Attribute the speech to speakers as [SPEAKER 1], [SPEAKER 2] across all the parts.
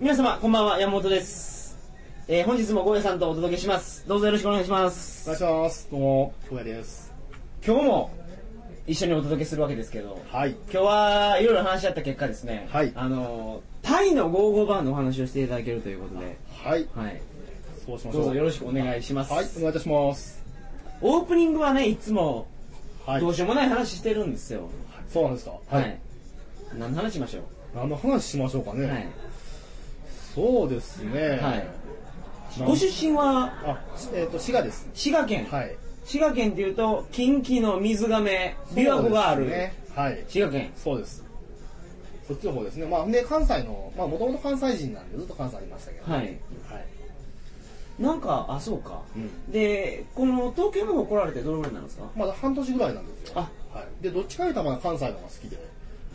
[SPEAKER 1] 皆様こんばんは山本です、えー本日もゴーヤさんとお届けしますどうぞよろしくお願いします
[SPEAKER 2] お願いします。どうも、小屋です。
[SPEAKER 1] 今日も一緒にお届けするわけですけど
[SPEAKER 2] はい。
[SPEAKER 1] 今日はいろいろ話し合った結果ですね、
[SPEAKER 2] はい
[SPEAKER 1] あのータイの55番のお話をしていただけるということで、
[SPEAKER 2] はい。
[SPEAKER 1] はい、
[SPEAKER 2] そうしまし
[SPEAKER 1] どう
[SPEAKER 2] ょ
[SPEAKER 1] ぞ
[SPEAKER 2] う。
[SPEAKER 1] よろしくお願いします、
[SPEAKER 2] はい。お願いいたします。
[SPEAKER 1] オープニングはねいつも
[SPEAKER 2] はい
[SPEAKER 1] どう。しようもない話してるんですよ
[SPEAKER 2] そうなんですか。
[SPEAKER 1] はい、。何の話しましょ
[SPEAKER 2] 何の話しましょうか
[SPEAKER 1] う、
[SPEAKER 2] ね。
[SPEAKER 1] はい
[SPEAKER 2] そうですね。
[SPEAKER 1] はい
[SPEAKER 2] なん
[SPEAKER 1] ご出身は
[SPEAKER 2] あ、しえっ、と、滋賀です。
[SPEAKER 1] 滋賀県、
[SPEAKER 2] はい。
[SPEAKER 1] 滋賀県っていうと近畿の水亀琵琶湖があ
[SPEAKER 2] そう
[SPEAKER 1] る、
[SPEAKER 2] ですねはい。
[SPEAKER 1] 滋賀県
[SPEAKER 2] そうです。そっちの方ですね。まあ、ね、関西の、まあ、もともと関西人なんで、ずっと関西にいましたけど。。
[SPEAKER 1] はいい
[SPEAKER 2] はい。
[SPEAKER 1] なんかあそうか、
[SPEAKER 2] うん
[SPEAKER 1] でこの東京の方来られてどれぐらいなんですか
[SPEAKER 2] まだ半年ぐらいなんですよ。
[SPEAKER 1] あ
[SPEAKER 2] はい。で、どっちかいうと、まあ、関西の方が好きで。
[SPEAKER 1] なる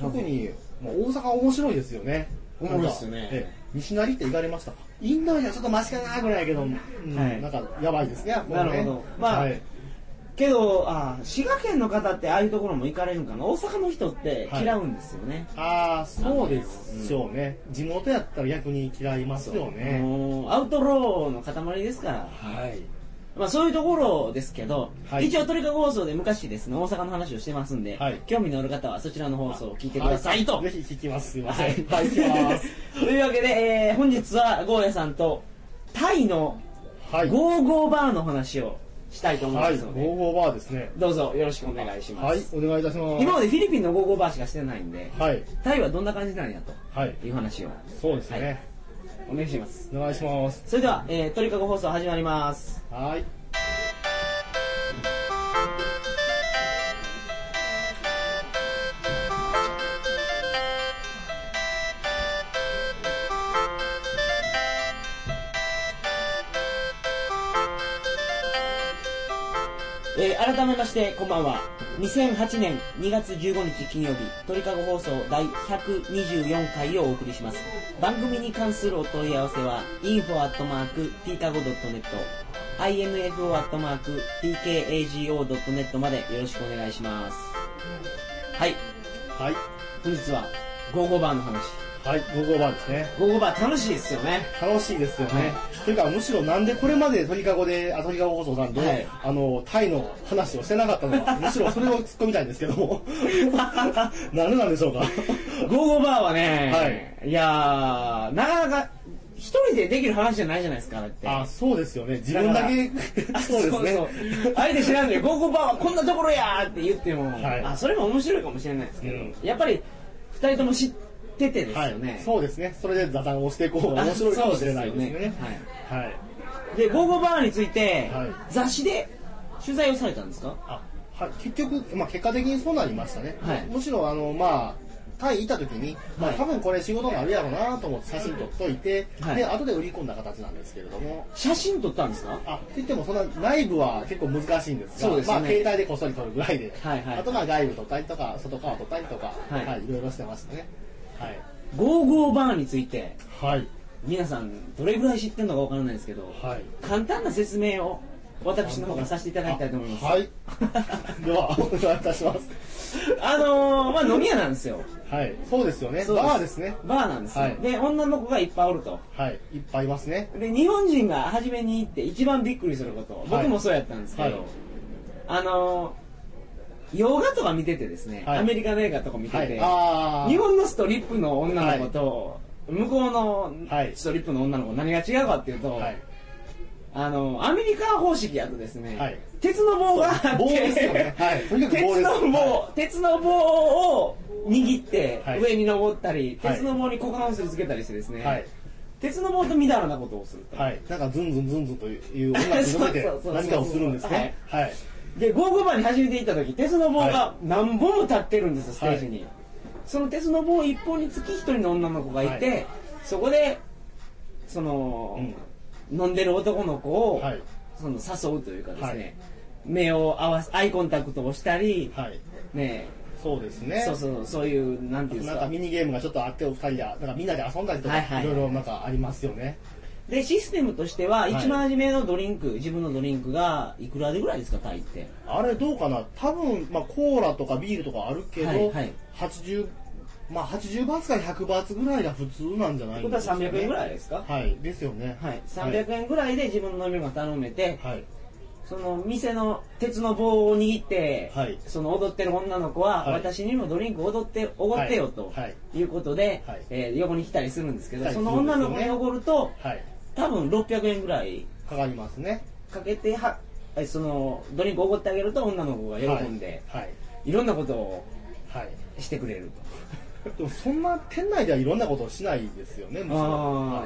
[SPEAKER 1] ほど
[SPEAKER 2] 特に、まあ、大阪面白いですよね。
[SPEAKER 1] 面白いですよね
[SPEAKER 2] なんかええ西成って行かれましたかインドよりはちょっとマシかなぐらいやけど、うん
[SPEAKER 1] はい
[SPEAKER 2] なんか、やばいですね。もうね
[SPEAKER 1] なるほどまあ
[SPEAKER 2] はい
[SPEAKER 1] けどあ滋賀県の方ってああいうところも行かれるんかな大阪の人って
[SPEAKER 2] はい
[SPEAKER 1] 嫌うんですよね、
[SPEAKER 2] ああ、そうですよね。地元やったら逆に嫌いますよね。
[SPEAKER 1] もうアウトローの塊ですから、
[SPEAKER 2] はい。
[SPEAKER 1] まあ、そういうところですけど、
[SPEAKER 2] はい
[SPEAKER 1] 一応鳥かご放送で昔ですね大阪の話をしてますんで、
[SPEAKER 2] はい
[SPEAKER 1] 興味のある方はそちらの放送を聞いてくださいと、
[SPEAKER 2] はぜひ聞きます。すいま
[SPEAKER 1] はい
[SPEAKER 2] せん。はい、行きます。
[SPEAKER 1] というわけで、えー本日はゴーヤさんとタイの
[SPEAKER 2] はい。はい、
[SPEAKER 1] ゴーゴーバーの話をしたいと思います
[SPEAKER 2] ゴ
[SPEAKER 1] の
[SPEAKER 2] ー
[SPEAKER 1] で、
[SPEAKER 2] ゴーバーですね。
[SPEAKER 1] どうぞよろしくお願いします、
[SPEAKER 2] はい、お願いいたします。
[SPEAKER 1] 今までフィリピンのゴーゴーバーしかしてないんで、
[SPEAKER 2] はい。
[SPEAKER 1] タイはどんな感じなんやと
[SPEAKER 2] はい。
[SPEAKER 1] いう話を
[SPEAKER 2] そうです
[SPEAKER 1] はい
[SPEAKER 2] ね。
[SPEAKER 1] お願いします
[SPEAKER 2] お願いします。
[SPEAKER 1] それでは、えー、鳥かご放送始まります
[SPEAKER 2] はい。
[SPEAKER 1] えー改めましてこんばんは2008年2月15日金曜日鳥かご放送第124回をお送りします番組に関するお問い合わせは info.tkago.net info.tkago.net までよろしくお願いしますはい
[SPEAKER 2] はい。
[SPEAKER 1] 本日はゴーゴーバーの話
[SPEAKER 2] はい、ゴーゴーバーですね。
[SPEAKER 1] ゴーゴーバー楽しいですよね
[SPEAKER 2] 楽しいですよ
[SPEAKER 1] は
[SPEAKER 2] ね。というか、むしろなんでこれまで鳥かごで、あ、鳥かご放送さんで、
[SPEAKER 1] はい
[SPEAKER 2] あの、タイの話をしてなかっ たのか、むしろそれを突っ込みたいんですけども。 なんでなんでし ょうか。
[SPEAKER 1] ゴーゴーバーはね、い、やー、なかなか一人でできる話じゃないじゃないですか、あれって。
[SPEAKER 2] あ、そうですよね。自分だけ、 そうですね。
[SPEAKER 1] そうあえて知らんのよ、ゴーゴーバーはこんなところやーって言っても、
[SPEAKER 2] はい
[SPEAKER 1] あそれも面白いかもしれないですけど、
[SPEAKER 2] うん
[SPEAKER 1] やっぱり二人とも知っててですよね。
[SPEAKER 2] はい。そうですね。それで座談をしていこう。
[SPEAKER 1] あ
[SPEAKER 2] 面白いかもしれないです
[SPEAKER 1] そ
[SPEAKER 2] ね。
[SPEAKER 1] うですよね
[SPEAKER 2] はい。
[SPEAKER 1] で、ゴーゴーバーについて、
[SPEAKER 2] はい
[SPEAKER 1] 雑誌で取材をされたんですか
[SPEAKER 2] あはい、結局、まあ、結果的にそうなりましたね、
[SPEAKER 1] はい
[SPEAKER 2] むしろあの、まあ、タイにいた時に、まあ、
[SPEAKER 1] はい
[SPEAKER 2] 多分これ仕事があるやろうなと思って写真撮っといて、
[SPEAKER 1] はい
[SPEAKER 2] で後で売り込んだ形なんですけれども。
[SPEAKER 1] 写真撮ったんですか
[SPEAKER 2] あって言ってもそんな内部は結構難しいんですが
[SPEAKER 1] そうですね
[SPEAKER 2] まあ、携帯でこっそり撮るぐらいで、
[SPEAKER 1] はいはい
[SPEAKER 2] あとは外部撮ったりとか外側撮ったりとか、
[SPEAKER 1] は
[SPEAKER 2] はいいい、ろいろしてましたねはい、
[SPEAKER 1] ゴーゴーバーについて、
[SPEAKER 2] はい
[SPEAKER 1] 皆さんどれぐらい知ってるのかわからないですけど、
[SPEAKER 2] はい、
[SPEAKER 1] 簡単な説明を私の方からさせていただきたいと思います。
[SPEAKER 2] はいではお願いいたします
[SPEAKER 1] あのー、まあ飲み屋なんですよ。
[SPEAKER 2] はいそうですよね
[SPEAKER 1] そう
[SPEAKER 2] バーですね
[SPEAKER 1] バーなんですよ、
[SPEAKER 2] はい
[SPEAKER 1] で、女の子がいっぱいおると。
[SPEAKER 2] はいいっぱいいますね
[SPEAKER 1] で、日本人が初めに行って一番びっくりすること、僕もそうやったんですけど、
[SPEAKER 2] はい
[SPEAKER 1] あのー、洋画とか見ててですね、
[SPEAKER 2] はい
[SPEAKER 1] アメリカの映画とか見て
[SPEAKER 2] は
[SPEAKER 1] て、
[SPEAKER 2] いあー
[SPEAKER 1] 日本のストリップの女の子と、向こうの
[SPEAKER 2] はい
[SPEAKER 1] ストリップの女の子何が違うかっていうと、
[SPEAKER 2] はい
[SPEAKER 1] あのアメリカ方式やとですね、
[SPEAKER 2] はい
[SPEAKER 1] 鉄の棒があって
[SPEAKER 2] 棒ですよねはいとにかく棒
[SPEAKER 1] 鉄
[SPEAKER 2] です
[SPEAKER 1] の棒、
[SPEAKER 2] は
[SPEAKER 1] 鉄の棒を握って
[SPEAKER 2] はい
[SPEAKER 1] 上に登ったり、
[SPEAKER 2] はい
[SPEAKER 1] 鉄の棒に股関節つけたりしてですね、
[SPEAKER 2] はい
[SPEAKER 1] 鉄の棒とみだらなことをすると、
[SPEAKER 2] はい、なんかズンズンズンズンという音楽に乗せて
[SPEAKER 1] そうそうそうそう
[SPEAKER 2] 何かをするんですね。はい。
[SPEAKER 1] でゴーゴーバーに初めて行った時鉄の棒が
[SPEAKER 2] は
[SPEAKER 1] 何本も立ってるんですよステージに、
[SPEAKER 2] は
[SPEAKER 1] その鉄の棒一本につき一人の女の子がいて、
[SPEAKER 2] はい
[SPEAKER 1] そこでその、飲んでる男の子を、
[SPEAKER 2] はい
[SPEAKER 1] その誘うというかですね、
[SPEAKER 2] はい
[SPEAKER 1] 目を合わせアイコンタクトをしたり、
[SPEAKER 2] はい。
[SPEAKER 1] ね
[SPEAKER 2] そうです
[SPEAKER 1] え
[SPEAKER 2] ね。
[SPEAKER 1] そうそうそういうなんていうんで
[SPEAKER 2] な
[SPEAKER 1] す
[SPEAKER 2] んか
[SPEAKER 1] か
[SPEAKER 2] ミニゲームがちょっとあって、お二人で、なんかみんなで遊んだりとか、
[SPEAKER 1] はい
[SPEAKER 2] い
[SPEAKER 1] はい
[SPEAKER 2] ろいろなんかありますよね。
[SPEAKER 1] でシステムとしては、
[SPEAKER 2] い
[SPEAKER 1] 一番初めのドリンク自分のドリンクがいくらでぐらいですかタイって
[SPEAKER 2] あれどうかな多分、まあコーラとかビールとかあるけど、
[SPEAKER 1] はいはい
[SPEAKER 2] 85まあ80バーツから100バーツぐらいが普通なんじゃない
[SPEAKER 1] ことは300円ぐら
[SPEAKER 2] い
[SPEAKER 1] いですか
[SPEAKER 2] はいですよね
[SPEAKER 1] はい300円ぐらいで自分の飲み物頼めて、
[SPEAKER 2] はい
[SPEAKER 1] その店の鉄の棒を握って、
[SPEAKER 2] はい
[SPEAKER 1] その踊ってる女の子は、
[SPEAKER 2] はい
[SPEAKER 1] 私にもドリンク踊っておごってよと、
[SPEAKER 2] はいはい
[SPEAKER 1] い、うことで、
[SPEAKER 2] はい
[SPEAKER 1] えー横に来たりするんですけど、
[SPEAKER 2] はい
[SPEAKER 1] その女の子におごると、
[SPEAKER 2] はい
[SPEAKER 1] 多分600円ぐらい
[SPEAKER 2] かかりますね
[SPEAKER 1] かけてはえそのドリンクおごってあげると女の子が喜んで、
[SPEAKER 2] はい
[SPEAKER 1] い、ろんなことを
[SPEAKER 2] はい、はい
[SPEAKER 1] してくれる
[SPEAKER 2] でもそんな店内ではいろんなことをしないですよねむしろ
[SPEAKER 1] あ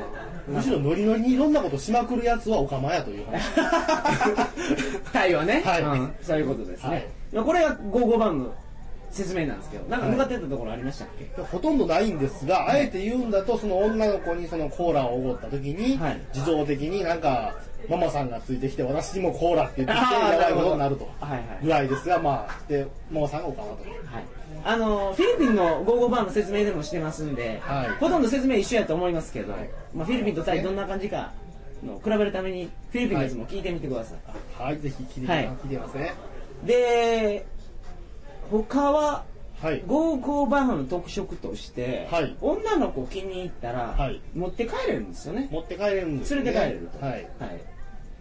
[SPEAKER 1] ー
[SPEAKER 2] むしろノリノリにいろんなことしまくるやつはおかまやという話
[SPEAKER 1] と 対はね、
[SPEAKER 2] はい
[SPEAKER 1] うんそういうことですね、
[SPEAKER 2] はい
[SPEAKER 1] まあこれが55番の説明なんですけどなんか向かってったところありましたっけ、
[SPEAKER 2] ほとんどないんですが、あえて言うんだとその女の子にそのコーラをおごった時に、
[SPEAKER 1] はい
[SPEAKER 2] 自動的になんかママさんがついてきて私にもコーラって言ってきて
[SPEAKER 1] あー
[SPEAKER 2] やばいことに
[SPEAKER 1] な
[SPEAKER 2] な
[SPEAKER 1] るほ
[SPEAKER 2] ると
[SPEAKER 1] どはいはい
[SPEAKER 2] ぐらいですがまあでママさんがおかまと
[SPEAKER 1] はい、あのフィリピンの55番の説明でもしてますんで、
[SPEAKER 2] はい
[SPEAKER 1] ほとんど説明一緒やと思いますけど、
[SPEAKER 2] はい
[SPEAKER 1] まあ、フィリピンとタイどんな感じかの比べるためにフィリピンのやつも聞いてみてください、
[SPEAKER 2] はいぜひ聞いてみ
[SPEAKER 1] はい
[SPEAKER 2] 聞いてみますね
[SPEAKER 1] で他は
[SPEAKER 2] はい
[SPEAKER 1] 55番の特色として、
[SPEAKER 2] はい
[SPEAKER 1] 女の子気に入ったら、
[SPEAKER 2] はい
[SPEAKER 1] 持って帰れるんですよね
[SPEAKER 2] 持って帰れるんです
[SPEAKER 1] 連れて帰れると
[SPEAKER 2] はい
[SPEAKER 1] はい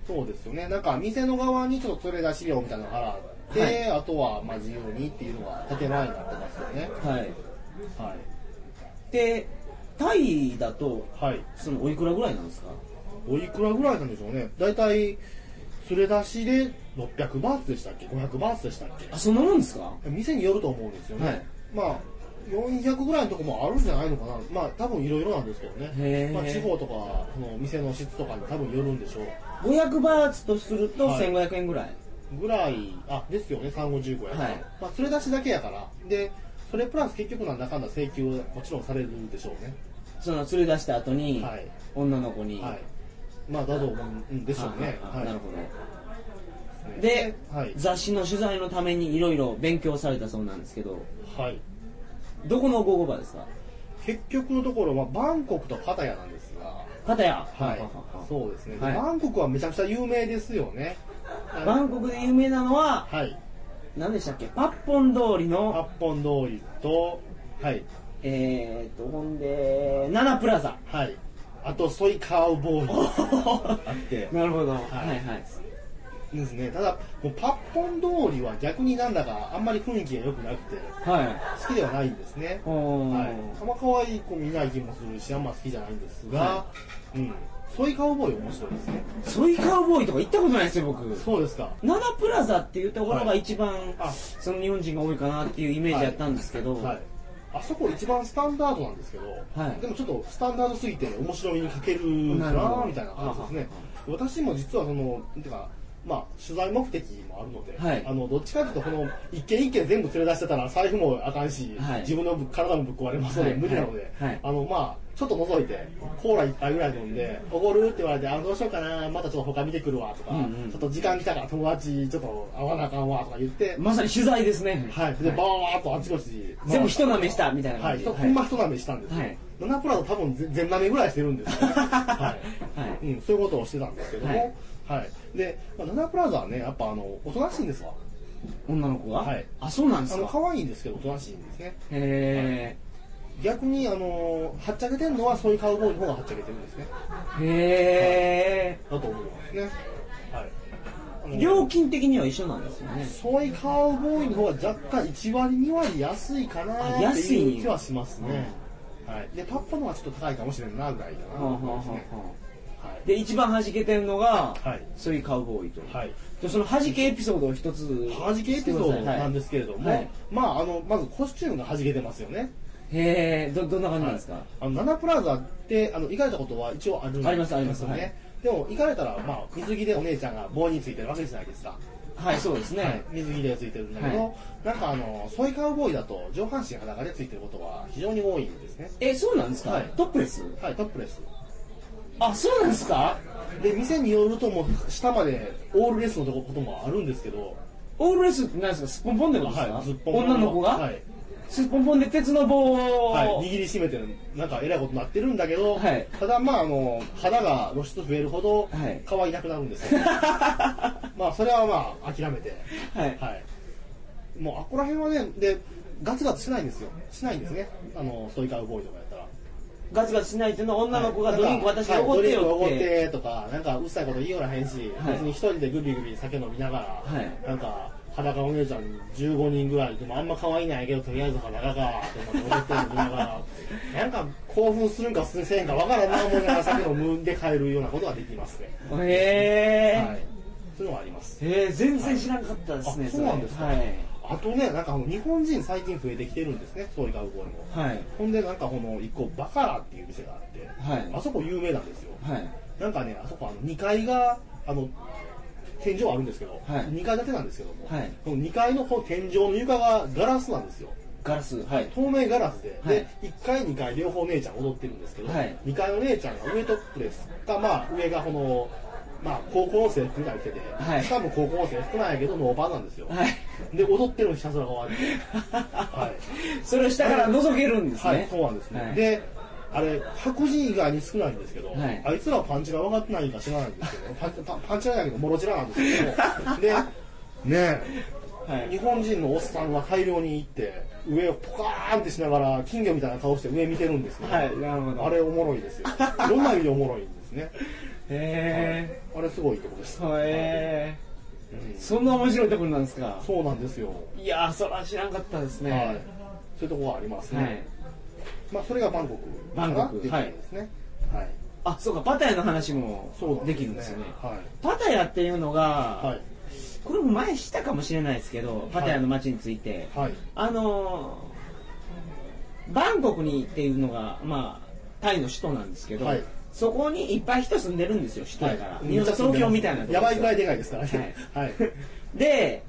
[SPEAKER 2] そうですよね。なんか店の側にちょっと連れ出し料みたいなの払って、
[SPEAKER 1] はい
[SPEAKER 2] あとはまあ自由にっていうのが建前になってますよね。
[SPEAKER 1] はい
[SPEAKER 2] は
[SPEAKER 1] でタイだと
[SPEAKER 2] い。はい。
[SPEAKER 1] そのおいくらぐらいなんですか
[SPEAKER 2] おいくらぐらいなんでしょうね。だいたい連れ出しで600バーツでしたっけ ?500 バーツでしたっけ
[SPEAKER 1] あそんなもんですか
[SPEAKER 2] 店によると思うんですよね。
[SPEAKER 1] はい
[SPEAKER 2] まあ400ぐらいのとこもあるんじゃないのかな。まあ多分いろいろなんですけど
[SPEAKER 1] へ
[SPEAKER 2] ね。
[SPEAKER 1] ー
[SPEAKER 2] まあ地方とか、その店の質とかに多分よるんでしょう。
[SPEAKER 1] 500バーツとすると
[SPEAKER 2] はい
[SPEAKER 1] 1500円ぐらい、
[SPEAKER 2] ぐらい、あ、ですよね、産後15やか
[SPEAKER 1] は
[SPEAKER 2] ら。
[SPEAKER 1] い
[SPEAKER 2] まあ、連れ出しだけやから。で、それプラス結局なんだかんだ請求はもちろんされるでしょうね。
[SPEAKER 1] その連れ出した後に、
[SPEAKER 2] はい。
[SPEAKER 1] 女の子に、
[SPEAKER 2] はい。まあ、だと思うんでしょうね。
[SPEAKER 1] あああ
[SPEAKER 2] はい。
[SPEAKER 1] なるほどで
[SPEAKER 2] で、、はい。
[SPEAKER 1] 雑誌の取材のためにいろいろ勉強されたそうなんですけど
[SPEAKER 2] はい。
[SPEAKER 1] どこの午後場ですか
[SPEAKER 2] 結局のところ、まあ、バンコクとパタヤなんですが、
[SPEAKER 1] パタヤ
[SPEAKER 2] はい
[SPEAKER 1] ははは。
[SPEAKER 2] そうですね、で
[SPEAKER 1] はい
[SPEAKER 2] バンコクはめちゃくちゃ有名ですよね。
[SPEAKER 1] バンコクで有名なのは
[SPEAKER 2] はい。
[SPEAKER 1] 何でしたっけパッポン通りの
[SPEAKER 2] 八本通りと、はい。
[SPEAKER 1] えー、っとほんでナナプラザ
[SPEAKER 2] はい。あと、ソイカウボーイ。
[SPEAKER 1] あ
[SPEAKER 2] っ て
[SPEAKER 1] なるほど、はい
[SPEAKER 2] い、
[SPEAKER 1] はい
[SPEAKER 2] ですね。ただ、もうパッポン通りは逆になんだかあんまり雰囲気が良くなくて、
[SPEAKER 1] はい
[SPEAKER 2] 好きではないんですね。
[SPEAKER 1] おー
[SPEAKER 2] はい。あんま可愛い子見ない気もするし、あんま好きじゃないんですが、
[SPEAKER 1] は
[SPEAKER 2] うん。そういうカウボーイ面白いですね。
[SPEAKER 1] ソイカウボーイとか行ったことないですよ僕
[SPEAKER 2] そうですか。
[SPEAKER 1] ナナプラザっていうところが
[SPEAKER 2] はい
[SPEAKER 1] 一番、
[SPEAKER 2] あ
[SPEAKER 1] その日本人が多いかなっていうイメージだったんですけど、
[SPEAKER 2] はい。あそこ一番スタンダードなんですけど、
[SPEAKER 1] はい
[SPEAKER 2] でもちょっとスタンダードすぎて面白みに欠けるか
[SPEAKER 1] なるほ
[SPEAKER 2] な
[SPEAKER 1] ど
[SPEAKER 2] みたいな感じですね。私も実はその、なんていうか、まあ、取材目的もあるので、
[SPEAKER 1] はい
[SPEAKER 2] あのどっちかというとこの一軒一軒全部連れ出してたら財布もあかんし、
[SPEAKER 1] はい
[SPEAKER 2] 自分のぶ体もぶっ壊れますので、
[SPEAKER 1] はい
[SPEAKER 2] 無理なので、
[SPEAKER 1] はいはい
[SPEAKER 2] あのまあ、ちょっと覗いてコーラ一杯ぐらい飲んで「おごる?」って言われて「あどうしようかなまたちょっと他見てくるわ」とか、
[SPEAKER 1] うんうん
[SPEAKER 2] ちょっと時間来たから友達ちょっと会わなあかんわ」とか言って、
[SPEAKER 1] まさに取材ですね、
[SPEAKER 2] はい、でバーっとあちこち
[SPEAKER 1] 全部一舐めしたみたいな
[SPEAKER 2] は
[SPEAKER 1] 感
[SPEAKER 2] い、
[SPEAKER 1] じ
[SPEAKER 2] ほんま一舐めしたんですよ。
[SPEAKER 1] はい
[SPEAKER 2] ナナプラザ多分ぜ全舐めぐらいしてるんですよ、 はい
[SPEAKER 1] は
[SPEAKER 2] うん。そういうことをしてたんですけども、はい。で、まあ、ナナプラザはね、やっぱあの、おとなしいんですわ。
[SPEAKER 1] 女の子が、
[SPEAKER 2] はい
[SPEAKER 1] あそうなんで
[SPEAKER 2] あ
[SPEAKER 1] す
[SPEAKER 2] の、
[SPEAKER 1] か
[SPEAKER 2] 可愛いんですけど、おとなしいんですね。
[SPEAKER 1] へ
[SPEAKER 2] 逆に、あの、はっちゃけてるのは、そういうカウボーイの方がはっちゃけてるんですね。
[SPEAKER 1] えへ
[SPEAKER 2] だと思うんですね。はい。あ
[SPEAKER 1] え
[SPEAKER 2] の
[SPEAKER 1] 料金的には一緒なんですよね
[SPEAKER 2] ソイカウボーイの方は若干1割2割安いかな
[SPEAKER 1] あ
[SPEAKER 2] って
[SPEAKER 1] 安いん
[SPEAKER 2] い
[SPEAKER 1] や
[SPEAKER 2] う気はしますね、はい、でパッパの方はちょっと高いかもしれんなぐらいか
[SPEAKER 1] は
[SPEAKER 2] な
[SPEAKER 1] あはあは
[SPEAKER 2] は
[SPEAKER 1] あで一番弾けてるのが、
[SPEAKER 2] はい
[SPEAKER 1] ソイカウボーイと、
[SPEAKER 2] い、はい、
[SPEAKER 1] でその弾けエピソードを一つ
[SPEAKER 2] はじけエピソードなんですすけれども、
[SPEAKER 1] はい
[SPEAKER 2] まああのまずコスチュームがはじけてますよね
[SPEAKER 1] へえどどんな感じなんですか、
[SPEAKER 2] あのナナプラザってあの行かれたことは一応あるんですよね
[SPEAKER 1] ありますありますはい
[SPEAKER 2] でも行かれたら、まあ、水着でお姉ちゃんが棒についてるわけじゃないですか、
[SPEAKER 1] はい、そうですね、
[SPEAKER 2] はい、水着でついてるんだけど、
[SPEAKER 1] は
[SPEAKER 2] なんかあのソイカウボーイだと上半身裸でついてることが非常に多いんですね
[SPEAKER 1] えそうなんですか、
[SPEAKER 2] はい
[SPEAKER 1] トップレス
[SPEAKER 2] はい、トップレス。
[SPEAKER 1] あそうなんですか
[SPEAKER 2] で、店によるともう下までオールレスのとここともあるんですけど、
[SPEAKER 1] オールレスって何ですかスッポンポンでことですか、
[SPEAKER 2] はい、ずっぽん
[SPEAKER 1] 女の子が、
[SPEAKER 2] はい、
[SPEAKER 1] スッポンポンで鉄の棒を、
[SPEAKER 2] はい、握りしめてる、なんかえらいことになってるんだけど、
[SPEAKER 1] はい
[SPEAKER 2] ただまあ、あの、肌が露出増えるほど
[SPEAKER 1] はい、
[SPEAKER 2] 可愛いなくなる んですよ。まあ、それはまあ、諦めて、
[SPEAKER 1] はい
[SPEAKER 2] はい。もう、あこら辺はね、で、ガツガツしないんですよ。しないんですね。あの、ストイカルボーイとかやったら。
[SPEAKER 1] ガツガツしないっていうのは女の子が
[SPEAKER 2] はい
[SPEAKER 1] ドリンク私におごってよ
[SPEAKER 2] はいド
[SPEAKER 1] っ
[SPEAKER 2] リンクお
[SPEAKER 1] て。
[SPEAKER 2] ごってとか、なんかうっさいこと言いよらへんし、
[SPEAKER 1] はい
[SPEAKER 2] 別に一人でグビグビ酒飲みながら、
[SPEAKER 1] はい
[SPEAKER 2] なんか、裸お姉ちゃん15人ぐらいでもあんま可愛いないけど、とりあえず裸か、って思って踊ってるの見ながら、なんか興奮するんかすせんかわからんな思いながら酒飲むんで帰るようなことができますね。
[SPEAKER 1] へ
[SPEAKER 2] は
[SPEAKER 1] ー
[SPEAKER 2] い。そういうのがあります。
[SPEAKER 1] へー全然知らなかったですね。
[SPEAKER 2] あそうなんですか
[SPEAKER 1] はい。
[SPEAKER 2] あとね、なんかあの日本人最近増えてきてるんですね、そういう学校にも。
[SPEAKER 1] はい。
[SPEAKER 2] ほんで、なんかこの一個、バカラっていう店があって、
[SPEAKER 1] はい
[SPEAKER 2] あそこ有名なんですよ。
[SPEAKER 1] はい。
[SPEAKER 2] なんかね、あそこあの2階が、あの、天井あるんですけど、
[SPEAKER 1] はい
[SPEAKER 2] 2階建てなんですけども、
[SPEAKER 1] はい
[SPEAKER 2] この2階のこの天井の床がガラスなんですよ。
[SPEAKER 1] ガラス。はい。
[SPEAKER 2] 透明ガラスで、
[SPEAKER 1] はい
[SPEAKER 2] で、1階、2階両方姉ちゃん踊ってるんですけど、
[SPEAKER 1] はい
[SPEAKER 2] 2階の姉ちゃんが上トップですか、まあ上がこの、まあ高校生服みたいに着てて、
[SPEAKER 1] はい
[SPEAKER 2] しかも高校生服なんやけどノーパンなんですよ。
[SPEAKER 1] はい。
[SPEAKER 2] で、踊ってるのひたすら終わって。 はい。
[SPEAKER 1] それを下から覗けるんですね。
[SPEAKER 2] はい、そうなんですね。
[SPEAKER 1] はい
[SPEAKER 2] で、あれ、白人以外に少ないんですけど、
[SPEAKER 1] はい
[SPEAKER 2] あいつらはパンチが分かってないか知らないんですけど、パンパンパンチラやけど、もろちらなんですけど、で、ね
[SPEAKER 1] は
[SPEAKER 2] え、日
[SPEAKER 1] い。
[SPEAKER 2] 本人のおっさんは大量に行って、上をポカーンってしながら、金魚みたいな顔して上見てるんですけど、
[SPEAKER 1] はいなるほど
[SPEAKER 2] あれおもろいで すよ。いろんな意味でおもろいんですね。
[SPEAKER 1] へ
[SPEAKER 2] はいあれすごいとこです。
[SPEAKER 1] ー。へ
[SPEAKER 2] はいうん
[SPEAKER 1] ー。そんな面白いところなんですか。
[SPEAKER 2] そうなんですよ。
[SPEAKER 1] いやー、そら知らんかったですね。
[SPEAKER 2] はい。そういうとこがありますね。
[SPEAKER 1] はい。
[SPEAKER 2] まあ、それがバンコクかなっていうところですね。はい。
[SPEAKER 1] あ、そうか、パタヤの話も
[SPEAKER 2] そうなん
[SPEAKER 1] できるんですよね。
[SPEAKER 2] はい。
[SPEAKER 1] パタヤっていうのが、
[SPEAKER 2] はい。
[SPEAKER 1] これも前したかもしれないですけど、パタヤの街について、
[SPEAKER 2] はい。
[SPEAKER 1] あのーバンコクにっていうのが、まあ、タイの首都なんですけど、
[SPEAKER 2] はい
[SPEAKER 1] そこにいっぱい人住んでるんですよ、首都やから。
[SPEAKER 2] はい
[SPEAKER 1] 日本の東京みたいなとこですよ
[SPEAKER 2] やばいぐらいでかいですからね。はい。
[SPEAKER 1] で、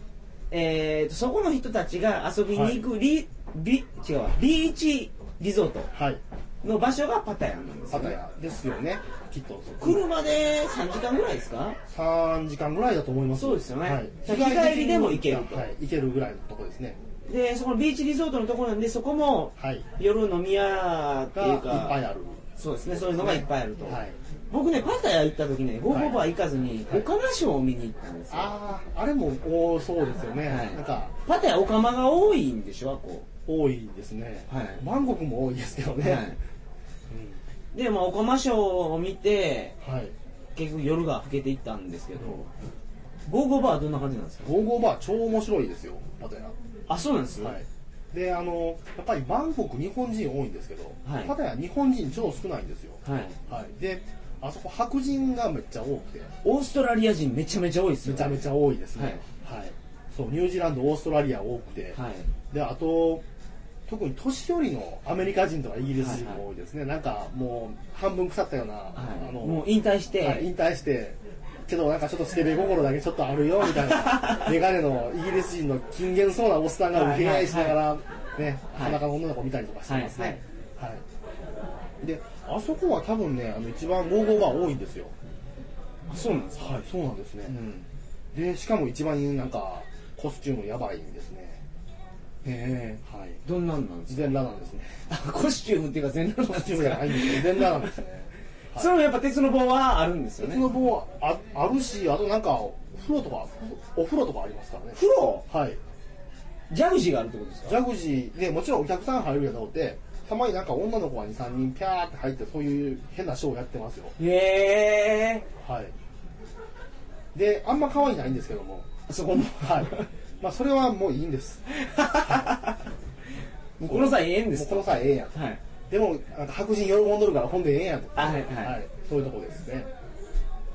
[SPEAKER 1] えーとそこの人たちが遊びに行くリ、ビ違うわビーチリゾート
[SPEAKER 2] はい。
[SPEAKER 1] の場所がパタヤなんです
[SPEAKER 2] パ
[SPEAKER 1] よ
[SPEAKER 2] タ
[SPEAKER 1] ね。
[SPEAKER 2] ヤですよね。きっと。
[SPEAKER 1] 車で3時間ぐらいですか
[SPEAKER 2] 3時間ぐらいだと思います。
[SPEAKER 1] そうですよね
[SPEAKER 2] はい
[SPEAKER 1] 日帰りでも行けると
[SPEAKER 2] はい。行けるぐらいのとこですね。
[SPEAKER 1] で、そこのビーチリゾートのところなんで、そこも
[SPEAKER 2] はい。
[SPEAKER 1] 夜飲み屋って
[SPEAKER 2] が、
[SPEAKER 1] い
[SPEAKER 2] いうっぱい
[SPEAKER 1] か、
[SPEAKER 2] ある。
[SPEAKER 1] そうですね、そういうのがいっぱいあると。
[SPEAKER 2] はい。
[SPEAKER 1] 僕ね、パタヤ行った時ね、ゴーゴーバー行かずに、
[SPEAKER 2] はい
[SPEAKER 1] オカマショーを見に行ったんですよ。
[SPEAKER 2] ああ、あれも多そうですよね。
[SPEAKER 1] はい
[SPEAKER 2] なんか、
[SPEAKER 1] パタヤオカマが多いんでしょ、こ
[SPEAKER 2] 多いですね。
[SPEAKER 1] はい
[SPEAKER 2] バンコクも多いですけど
[SPEAKER 1] う。
[SPEAKER 2] ね。
[SPEAKER 1] はいうで、まあ、オカマショーを見て、
[SPEAKER 2] うんはい。
[SPEAKER 1] 結局夜が更けていったんですけど、ゴーゴーバーはどんな感じなんですか
[SPEAKER 2] ゴーゴーバー超面白いですよ、パタヤ。
[SPEAKER 1] あ、そうなんです
[SPEAKER 2] はい、であのやっぱりバンコク日本人多いんですけど、
[SPEAKER 1] はい
[SPEAKER 2] パタヤ日本人超少ないんですよ、
[SPEAKER 1] はい
[SPEAKER 2] はい、であそこ白人がめっちゃ多くて
[SPEAKER 1] オーストラリア人めちゃめちゃ多いです
[SPEAKER 2] め
[SPEAKER 1] よ。
[SPEAKER 2] ちゃめちゃ多いですね、はいそうニュージーランドオーストラリア多くて、
[SPEAKER 1] はい。
[SPEAKER 2] であと特に年寄りのアメリカ人とかイギリス人も多いですね、なんかもう半分腐ったような、
[SPEAKER 1] はい
[SPEAKER 2] あの
[SPEAKER 1] もう引退して、
[SPEAKER 2] はい、引退して、けどなんかちょっとスケベ心だけちょっとあるよみ たいな、メガネのイギリス人の金言そうなおっさんが受け合いしながら、ね、
[SPEAKER 1] はい
[SPEAKER 2] 裸の女の子見たりとかしてますね。はい。で、あそこは多分ね、あの一番ゴーゴーバー多いんですよ。
[SPEAKER 1] あそうなんですか
[SPEAKER 2] はい、そうなんです
[SPEAKER 1] う
[SPEAKER 2] ね。
[SPEAKER 1] ん。
[SPEAKER 2] で、しかも一番なんか、コスチュームやばいんですね。
[SPEAKER 1] へえ。
[SPEAKER 2] はい。
[SPEAKER 1] どんなんなんですか
[SPEAKER 2] 事前裸なんですね。
[SPEAKER 1] あコスチュームっていうか 全裸
[SPEAKER 2] コ
[SPEAKER 1] なん
[SPEAKER 2] スチ
[SPEAKER 1] で
[SPEAKER 2] ュ
[SPEAKER 1] す
[SPEAKER 2] ームじゃ
[SPEAKER 1] か
[SPEAKER 2] ないんですけど、事前裸なんですね。はい
[SPEAKER 1] それもやっぱ鉄の棒はあるんですよ
[SPEAKER 2] 鉄
[SPEAKER 1] ね
[SPEAKER 2] の棒はああるし、あとなんか、お風呂とか、お風呂とかありますからね。
[SPEAKER 1] 風呂
[SPEAKER 2] はい。
[SPEAKER 1] ジャグジーがあるってことですか
[SPEAKER 2] ジャグジーで、もちろんお客さん入るけどって、たまになんか女の子が2、3人ピャーって入って、そういう変なショーやってますよ。
[SPEAKER 1] へえ
[SPEAKER 2] はい。で、あんま可愛いないんですけども。
[SPEAKER 1] そこも
[SPEAKER 2] はい。まあ、それはもういいんです。
[SPEAKER 1] もうこの際ええんで
[SPEAKER 2] もう
[SPEAKER 1] す
[SPEAKER 2] ことの際ええやん。
[SPEAKER 1] はい
[SPEAKER 2] でも、なんか白人喜んどるから本でええやんと。
[SPEAKER 1] あはいはい
[SPEAKER 2] そういうとこですね。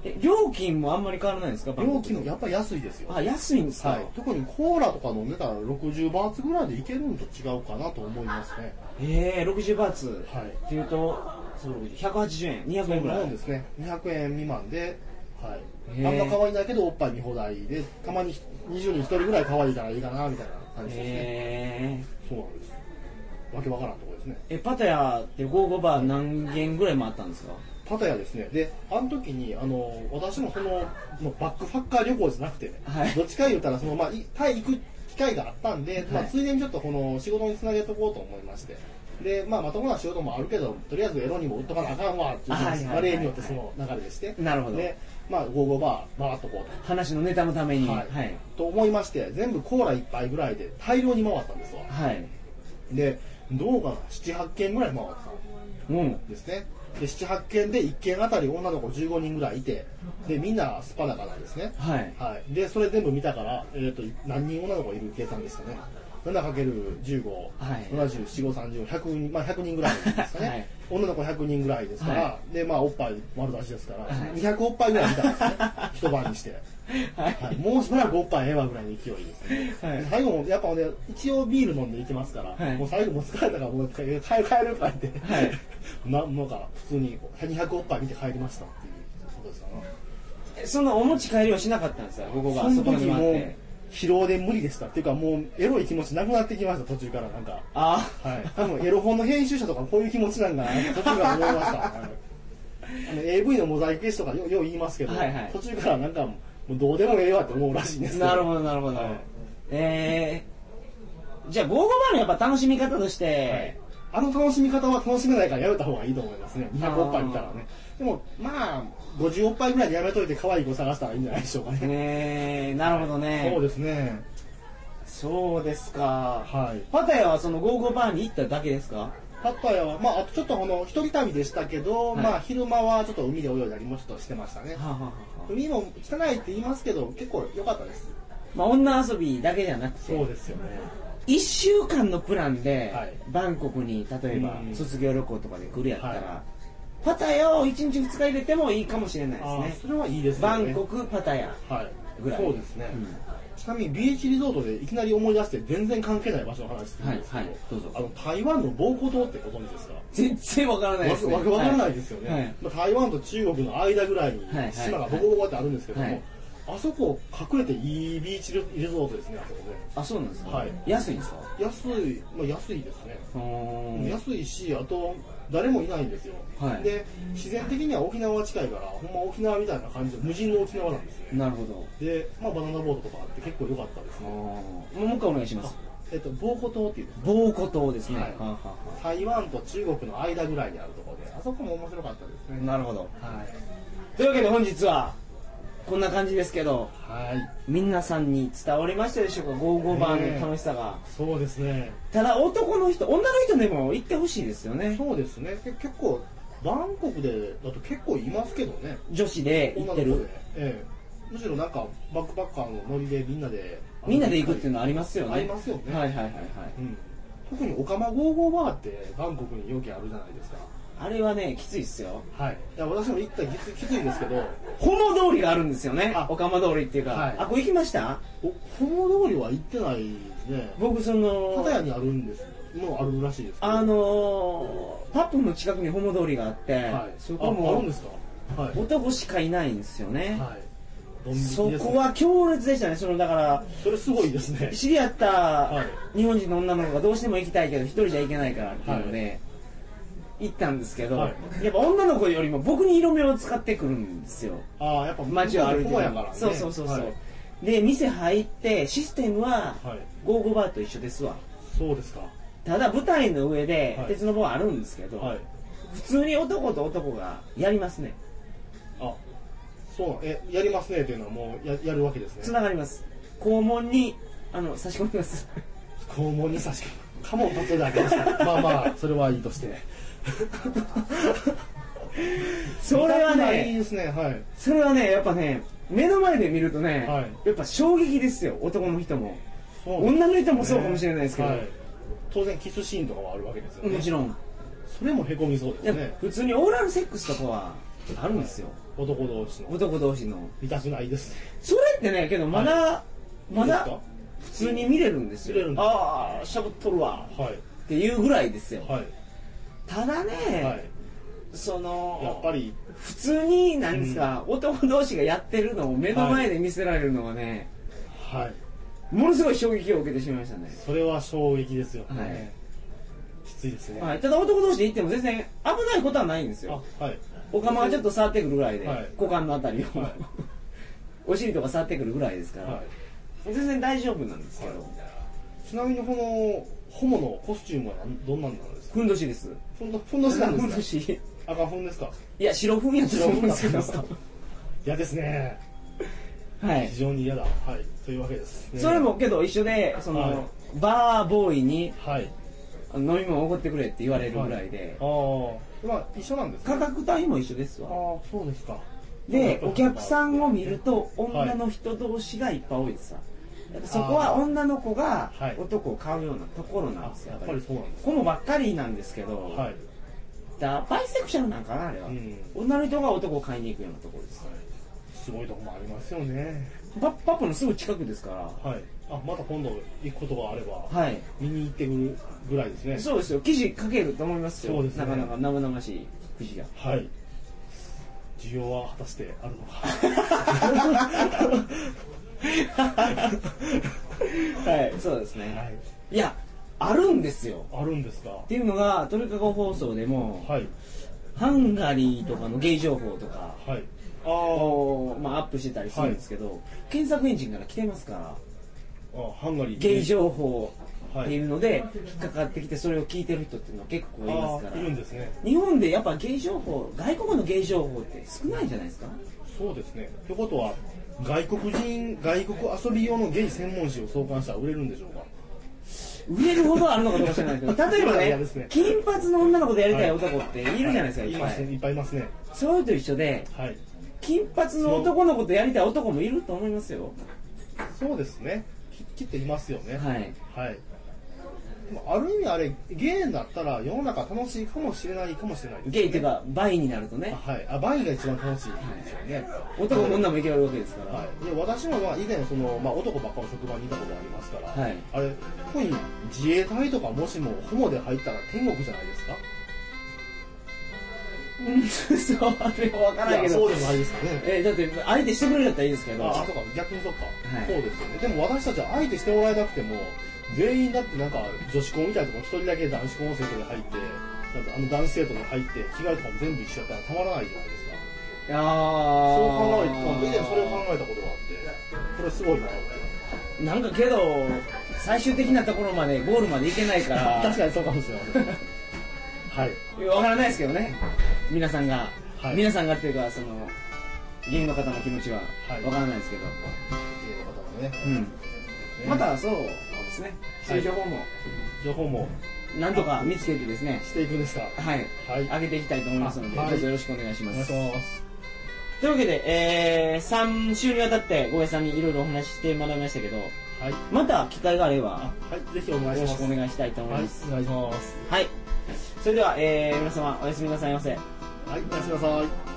[SPEAKER 1] え料金もあんまり変わらないんですか
[SPEAKER 2] 料金も
[SPEAKER 1] も
[SPEAKER 2] やっぱり安いですよ。
[SPEAKER 1] あ安いんですか、
[SPEAKER 2] はい。特にコーラとか飲んでたら60バーツぐらいでいけるんと違うかなと思いますね。
[SPEAKER 1] へえ60バーツ
[SPEAKER 2] はい。
[SPEAKER 1] っていうとそう180円200円ぐら
[SPEAKER 2] そう
[SPEAKER 1] い
[SPEAKER 2] ですね200円未満で、はい
[SPEAKER 1] へ、ー
[SPEAKER 2] あんま可愛いんだけどおっぱい見放題でたまに20人1人ぐらい可愛いからいいかなみたいな感じですね
[SPEAKER 1] へ
[SPEAKER 2] そうなんですわけわからんところですね
[SPEAKER 1] ええパタヤってゴーゴーバー何軒ぐらい回ったんですか
[SPEAKER 2] パタヤですねであの時にあの私もそのもうバックパッカー旅行じゃなくて、
[SPEAKER 1] はい
[SPEAKER 2] どっちか言うたらその、まあ、いタイ行く機会があったんで、まあ、
[SPEAKER 1] はい
[SPEAKER 2] ついでにちょっとこの仕事につなげとこうと思いましてでまあ、まともな仕事もあるけど、とりあえずエロにも売っとかなあかんわっていう、
[SPEAKER 1] あはいはいはい
[SPEAKER 2] まあ例によってその流れでして、
[SPEAKER 1] なるほど
[SPEAKER 2] で、まあ、ゴーゴーバー、回っとこうと。
[SPEAKER 1] 話のネタのために
[SPEAKER 2] はいと思いまして全部コーラ一杯ぐらいで大量に回ったんですわ
[SPEAKER 1] はい
[SPEAKER 2] でどうかな78件ぐらい回った
[SPEAKER 1] うん
[SPEAKER 2] んですねで78件で1件あたり女の子15人ぐらいいてでみんなスパナカなんですね
[SPEAKER 1] はい
[SPEAKER 2] はい、でそれ全部見たから、えー、と何人女の子いる計算ですかね
[SPEAKER 1] はい
[SPEAKER 2] 7×15、7 4 5 3 0 1 0 0まあ、100人ぐらいですかね、
[SPEAKER 1] はい
[SPEAKER 2] 女の子100人ぐらいですから、
[SPEAKER 1] は
[SPEAKER 2] でまあ、おっぱい丸出しですから、
[SPEAKER 1] はい
[SPEAKER 2] 200おっぱいぐらい見たんですね一晩にして、
[SPEAKER 1] はい
[SPEAKER 2] はい、もうしばらくおっぱいええわぐらいの勢いですね、
[SPEAKER 1] はい
[SPEAKER 2] 最後もやっぱね一応ビール飲んでいきますから、
[SPEAKER 1] はい
[SPEAKER 2] もう最後もう疲れたからもう帰る帰るとか言って、
[SPEAKER 1] はい
[SPEAKER 2] ななんか普通に200おっぱい見て帰りましたっていうことですかね
[SPEAKER 1] そんなお持ち帰りはしなかったんですかここが
[SPEAKER 2] その
[SPEAKER 1] こ
[SPEAKER 2] 時
[SPEAKER 1] に
[SPEAKER 2] もう疲労で無理でしたっていうかもうエロい気持ちなくなってきました途中からなんか
[SPEAKER 1] あ
[SPEAKER 2] はい多分エロ本の編集者とかこういう気持ちなんだなって途中から思いました、 はいあの AV のモザイク消しとかよよう言いますけど、
[SPEAKER 1] はいはい
[SPEAKER 2] 途中からなんかもうどうでもええわって思うらしいんですよ
[SPEAKER 1] なるほどなるほど、
[SPEAKER 2] はい
[SPEAKER 1] えー、じゃあ558のやっぱ楽しみ方として、
[SPEAKER 2] はいあの楽しみ方は楽しめないからやめた方がいいと思いますね200おっぱい見たらねでもまあ50おっぱいぐらいでやめといて可愛い子探したらいいんじゃないでしょうかね
[SPEAKER 1] えー、なるほどね、
[SPEAKER 2] そうですね
[SPEAKER 1] そうですか
[SPEAKER 2] はい
[SPEAKER 1] パタヤはその558に行っただけですか
[SPEAKER 2] パッタヤは、まあ、あとちょっとあの、一人旅でしたけど、
[SPEAKER 1] はい
[SPEAKER 2] まあ、昼間はちょっと海で泳いだりもちょっとしてましたね
[SPEAKER 1] は。あはあはあ
[SPEAKER 2] 海も汚いって言いますけど、結構良かったです。
[SPEAKER 1] まあ、女遊びだけじゃなくて
[SPEAKER 2] ですよね。
[SPEAKER 1] 1週間のプランで、
[SPEAKER 2] はい
[SPEAKER 1] バンコクに例えば
[SPEAKER 2] うん
[SPEAKER 1] 卒業旅行とかで来るやったら、
[SPEAKER 2] は
[SPEAKER 1] パタヤを1日2日入れてもいいかもしれない
[SPEAKER 2] ああ
[SPEAKER 1] で
[SPEAKER 2] ー、
[SPEAKER 1] す
[SPEAKER 2] そ
[SPEAKER 1] ね
[SPEAKER 2] れはいいですね。
[SPEAKER 1] バンコクパタヤ
[SPEAKER 2] はい。
[SPEAKER 1] ぐらい
[SPEAKER 2] そうですね。
[SPEAKER 1] うん
[SPEAKER 2] ちなみにビーチリゾートでいきなり思い出して全然関係ない場所の話するんですけど、
[SPEAKER 1] はいはいどうぞ
[SPEAKER 2] あの台湾の防護島ってご存知ですか
[SPEAKER 1] 全然わからないです、ね、
[SPEAKER 2] わわわからないですよね、
[SPEAKER 1] はいはい
[SPEAKER 2] まあ、台湾と中国の間ぐらいに
[SPEAKER 1] はいはい
[SPEAKER 2] 島がボコボコってあるんですけども、
[SPEAKER 1] はい
[SPEAKER 2] あそこ隠れていいビーチリゾートですねあそこね
[SPEAKER 1] あそうなんですか、
[SPEAKER 2] はい
[SPEAKER 1] 安いんですか
[SPEAKER 2] 安い、まあ、安いですね、
[SPEAKER 1] うーん
[SPEAKER 2] 安いしあと誰もいないんですよ、
[SPEAKER 1] はい
[SPEAKER 2] で自然的には沖縄近いからほんま沖縄みたいな感じで無人の沖縄なんですね
[SPEAKER 1] なるほど
[SPEAKER 2] で、まあ、バナナボートとかあって結構良かったです
[SPEAKER 1] あー
[SPEAKER 2] ね
[SPEAKER 1] もう一回お願いします
[SPEAKER 2] えっと防護島っていう
[SPEAKER 1] 防湖島ですね、
[SPEAKER 2] はい
[SPEAKER 1] はあはあは
[SPEAKER 2] 台湾と中国の間ぐらいにあるところであそこも面白かったです
[SPEAKER 1] あ
[SPEAKER 2] ね
[SPEAKER 1] なるほど
[SPEAKER 2] はい
[SPEAKER 1] というわけで本日はこんな感じですけど
[SPEAKER 2] はい
[SPEAKER 1] 皆さんに伝わりましたでしょうか55番の楽しさが、
[SPEAKER 2] そうですね
[SPEAKER 1] ただ男の人女の人でも行ってほしいですよね
[SPEAKER 2] そうですねけ結構バンコクでだと結構いますけどね
[SPEAKER 1] 女子で行って
[SPEAKER 2] 女の子
[SPEAKER 1] る
[SPEAKER 2] でええむしろなんかバックパッカーのノリでみんなで
[SPEAKER 1] みんなで行くっていうのはありますよね
[SPEAKER 2] ありますよね
[SPEAKER 1] はいはいはいはい
[SPEAKER 2] うん、特にオカマ55バーってバンコクによくあるじゃないですか
[SPEAKER 1] あれはねきついっすよ
[SPEAKER 2] はいいや私も行ったらきつきついですけど
[SPEAKER 1] ホモ通りがあるんですよね
[SPEAKER 2] あ
[SPEAKER 1] オカマ通りっていうか、
[SPEAKER 2] はい
[SPEAKER 1] あこれ行きました
[SPEAKER 2] お本通りは行ってないですね
[SPEAKER 1] 僕その
[SPEAKER 2] パタヤにあるんですもうあるらしいですけど
[SPEAKER 1] あのー、パップの近くにホモ通りがあって、
[SPEAKER 2] はい、
[SPEAKER 1] そこ
[SPEAKER 2] ああるん
[SPEAKER 1] も
[SPEAKER 2] ですかはい、
[SPEAKER 1] 男しかいないんですよね、
[SPEAKER 2] はい、ドン引きです
[SPEAKER 1] そ
[SPEAKER 2] ね
[SPEAKER 1] こは強烈でしたねそのだから
[SPEAKER 2] それすごいですね
[SPEAKER 1] 知り合っ
[SPEAKER 2] は
[SPEAKER 1] た
[SPEAKER 2] い
[SPEAKER 1] 日本人の女の子がどうしても行きたいけど一人じゃ行けないからっていうので、行ったんですけど、
[SPEAKER 2] はい
[SPEAKER 1] やっぱ女の子よりも僕に色目を使ってくるんですよ
[SPEAKER 2] ああやっぱ
[SPEAKER 1] 街を歩いて
[SPEAKER 2] 向
[SPEAKER 1] る
[SPEAKER 2] こうやから、ね、
[SPEAKER 1] そうそうそうそう、
[SPEAKER 2] はい、
[SPEAKER 1] で店入ってシステムは
[SPEAKER 2] はい
[SPEAKER 1] 55バーと一緒ですわ
[SPEAKER 2] そうですか
[SPEAKER 1] ただ舞台の上で
[SPEAKER 2] はい
[SPEAKER 1] 鉄の棒あるんですけど、
[SPEAKER 2] はい
[SPEAKER 1] 普通に男と男がやりますね
[SPEAKER 2] あそうなんえやりますねっていうのはもうややるわけですね
[SPEAKER 1] つながります肛門にあの差し込みます
[SPEAKER 2] 肛門に差し込むカモン発だけでした まあまあそれはいいとして
[SPEAKER 1] それは
[SPEAKER 2] 見たくない
[SPEAKER 1] ね
[SPEAKER 2] ですねはい
[SPEAKER 1] それはねやっぱね目の前で見るとね、
[SPEAKER 2] は
[SPEAKER 1] やっぱ衝撃ですよ男の人も
[SPEAKER 2] そう
[SPEAKER 1] 女の人もそうかもしれないですけど、
[SPEAKER 2] はい当然キスシーンとかはあるわけですよね
[SPEAKER 1] もちろん、
[SPEAKER 2] それもへこみそうで
[SPEAKER 1] いや
[SPEAKER 2] すね
[SPEAKER 1] 普通にオーラルセックスとかはあるんですよ
[SPEAKER 2] 男同士の
[SPEAKER 1] 男同士の
[SPEAKER 2] 見たくないですね
[SPEAKER 1] それってねけどまだ、ま
[SPEAKER 2] いい
[SPEAKER 1] だ
[SPEAKER 2] ですか
[SPEAKER 1] 普通に見れるんですよ
[SPEAKER 2] 見れるんです
[SPEAKER 1] ああしゃぶっとるわ
[SPEAKER 2] はい
[SPEAKER 1] っていうぐらいですよ、
[SPEAKER 2] はい
[SPEAKER 1] ただね、
[SPEAKER 2] はい
[SPEAKER 1] その
[SPEAKER 2] やっぱり
[SPEAKER 1] 普通になんですか、男同士がやってるのを目の前で見せられるのがね、
[SPEAKER 2] はい
[SPEAKER 1] ものすごい衝撃を受けてしまいましたね
[SPEAKER 2] それは衝撃ですよ
[SPEAKER 1] は
[SPEAKER 2] ね
[SPEAKER 1] い
[SPEAKER 2] きついですね
[SPEAKER 1] はい、ただ男同士で行っても全然危ないことはないんですよ
[SPEAKER 2] あはい
[SPEAKER 1] お釜はちょっと触ってくるぐらいで、
[SPEAKER 2] はい
[SPEAKER 1] 股間のあたりを、
[SPEAKER 2] はい
[SPEAKER 1] お尻とか触ってくるぐらいですから、
[SPEAKER 2] はい
[SPEAKER 1] 全然大丈夫なんですけど、
[SPEAKER 2] はちなみにこのホモのコスチュームは何どんなんなんですか
[SPEAKER 1] ふんどしです
[SPEAKER 2] ふんどふんどしなん
[SPEAKER 1] ふん
[SPEAKER 2] で
[SPEAKER 1] ど
[SPEAKER 2] すか
[SPEAKER 1] し
[SPEAKER 2] 赤ふんですか
[SPEAKER 1] いや白ふんやったと思うんですけど
[SPEAKER 2] 白ふんだったんで嫌ですね
[SPEAKER 1] はい
[SPEAKER 2] 非常に嫌だはいというわけです、ね
[SPEAKER 1] それもけど一緒でその、
[SPEAKER 2] はい
[SPEAKER 1] バーボーイに
[SPEAKER 2] はい
[SPEAKER 1] 飲み物おごってくれって言われるぐらいで、
[SPEAKER 2] ああまあ一緒なんです
[SPEAKER 1] 価
[SPEAKER 2] ね
[SPEAKER 1] 格帯も一緒です
[SPEAKER 2] あ
[SPEAKER 1] わ
[SPEAKER 2] あそうですか
[SPEAKER 1] でお客さんを見ると
[SPEAKER 2] はい
[SPEAKER 1] 女の人同士がいっぱい多いですわやっぱそこは女の子が
[SPEAKER 2] はい
[SPEAKER 1] 男を買うようなところなん
[SPEAKER 2] あ
[SPEAKER 1] ですよ
[SPEAKER 2] や
[SPEAKER 1] やっ
[SPEAKER 2] っ
[SPEAKER 1] ぱ
[SPEAKER 2] ぱ
[SPEAKER 1] り
[SPEAKER 2] りそうなんです
[SPEAKER 1] 子もばっかりなんですけど、
[SPEAKER 2] はい
[SPEAKER 1] だバイセクシャルなんかなあれは、
[SPEAKER 2] うん
[SPEAKER 1] 女の人が男を買いに行くようなところです
[SPEAKER 2] すごいとこもありますよね
[SPEAKER 1] パパップのすぐ近くですから
[SPEAKER 2] はいあまた今度行くことがあれば
[SPEAKER 1] はい
[SPEAKER 2] 見に行ってくるぐらいですね
[SPEAKER 1] そうですよ記事書けると思いますよ
[SPEAKER 2] そうですね
[SPEAKER 1] なかなか生々しい記 事が
[SPEAKER 2] はい需要は果たしてあるのか
[SPEAKER 1] はいそうですね、
[SPEAKER 2] はい
[SPEAKER 1] い、やあるんですよ
[SPEAKER 2] あるんですか
[SPEAKER 1] っていうのが鳥かご放送でも、
[SPEAKER 2] はい
[SPEAKER 1] ハンガリーとかのゲイ情報とか
[SPEAKER 2] はいあ
[SPEAKER 1] を、まあ、アップしてたりするんですけど、検索エンジンから来てますから
[SPEAKER 2] ーあハンガリー
[SPEAKER 1] ゲイ情報
[SPEAKER 2] はい
[SPEAKER 1] っていうので引っかかってきてそれを聞いてる人っていうのは結構いますか
[SPEAKER 2] あーいるん
[SPEAKER 1] ら
[SPEAKER 2] ですね
[SPEAKER 1] 日本でやっぱゲイ情報外国のゲイ情報って少ないじゃないですか
[SPEAKER 2] そうですねということは外国人外国遊び用のゲイ専門誌を創刊したら売れるんでしょうか
[SPEAKER 1] 売れるほどあるのかどうか知らないですけ ど例えば
[SPEAKER 2] 嫌
[SPEAKER 1] ね
[SPEAKER 2] ですね
[SPEAKER 1] 金髪の女の子とやりたい男っているじゃないですか、
[SPEAKER 2] はい
[SPEAKER 1] いっ
[SPEAKER 2] い
[SPEAKER 1] ぱ
[SPEAKER 2] ま
[SPEAKER 1] い
[SPEAKER 2] すねいっぱいいますね
[SPEAKER 1] それと一緒で
[SPEAKER 2] はい
[SPEAKER 1] 金髪の男の子とやりたい男もいると思いますよ
[SPEAKER 2] そうですねききっといますよね
[SPEAKER 1] はい
[SPEAKER 2] はい。でもある意味あれ、ゲイだったら世の中楽しいかもしれないかもしれないですね
[SPEAKER 1] ゲイっていうか倍になるとね
[SPEAKER 2] あはい。あ、バイが一番楽しいですよね。
[SPEAKER 1] 男も女もいけるわけですから、
[SPEAKER 2] はい。で、私もまあ以前その、まあ男ばっかの職場にいたことがありますから、
[SPEAKER 1] はい
[SPEAKER 2] あれ、特に自衛隊とかもしもホモで入ったら天国じゃないですか
[SPEAKER 1] うん そうあれは分からないけ
[SPEAKER 2] や
[SPEAKER 1] ど
[SPEAKER 2] そうでもないですかね。
[SPEAKER 1] えーだって相手してくれるんだったらいいですけど
[SPEAKER 2] あ、あ、そうか、逆にそうか、
[SPEAKER 1] はい
[SPEAKER 2] そうですよね。でも私たちは相手してもらえなくても、全員だってなんか女子校みたいなとこ一人だけ男子校の生徒に入って、なんかあの男子生徒に入って、着替えとかも全部一緒やったらたまらないじゃないですか。
[SPEAKER 1] あ
[SPEAKER 2] そう
[SPEAKER 1] ー
[SPEAKER 2] 考えた、以前それを考えたことがあって、これすごいなって。
[SPEAKER 1] なんかけど最終的なところまでゴールまでいけないから
[SPEAKER 2] 確かにそうかもしれません。 はい。
[SPEAKER 1] 分からないですけどね皆さんが、
[SPEAKER 2] はい
[SPEAKER 1] 皆さんがっていうかその芸の方の気持ちは
[SPEAKER 2] はい
[SPEAKER 1] 分からないですけど、
[SPEAKER 2] 芸の方もね、
[SPEAKER 1] うんまたそうですねそういう情報も
[SPEAKER 2] 情報も
[SPEAKER 1] なんとか見つけてですね
[SPEAKER 2] していくんですか。
[SPEAKER 1] はい、
[SPEAKER 2] はい
[SPEAKER 1] 上げていきたいと思いますので、
[SPEAKER 2] あはい
[SPEAKER 1] どうぞよろしくお願いし
[SPEAKER 2] お
[SPEAKER 1] ま
[SPEAKER 2] 願い
[SPEAKER 1] す
[SPEAKER 2] します。
[SPEAKER 1] というわけで、えー、3週にわたってゴエさんにいろいろお話ししてもらいましたけど
[SPEAKER 2] はい。
[SPEAKER 1] また機会があれ
[SPEAKER 2] あ
[SPEAKER 1] ば
[SPEAKER 2] はい、ぜひお願い
[SPEAKER 1] よ
[SPEAKER 2] し
[SPEAKER 1] ろ
[SPEAKER 2] ま
[SPEAKER 1] し
[SPEAKER 2] す。
[SPEAKER 1] くお願いしたいと思い
[SPEAKER 2] はい
[SPEAKER 1] ます、、
[SPEAKER 2] お願いします。
[SPEAKER 1] はい、それでは、えー皆様おやすみなさいませ
[SPEAKER 2] はい、おやすみなさい。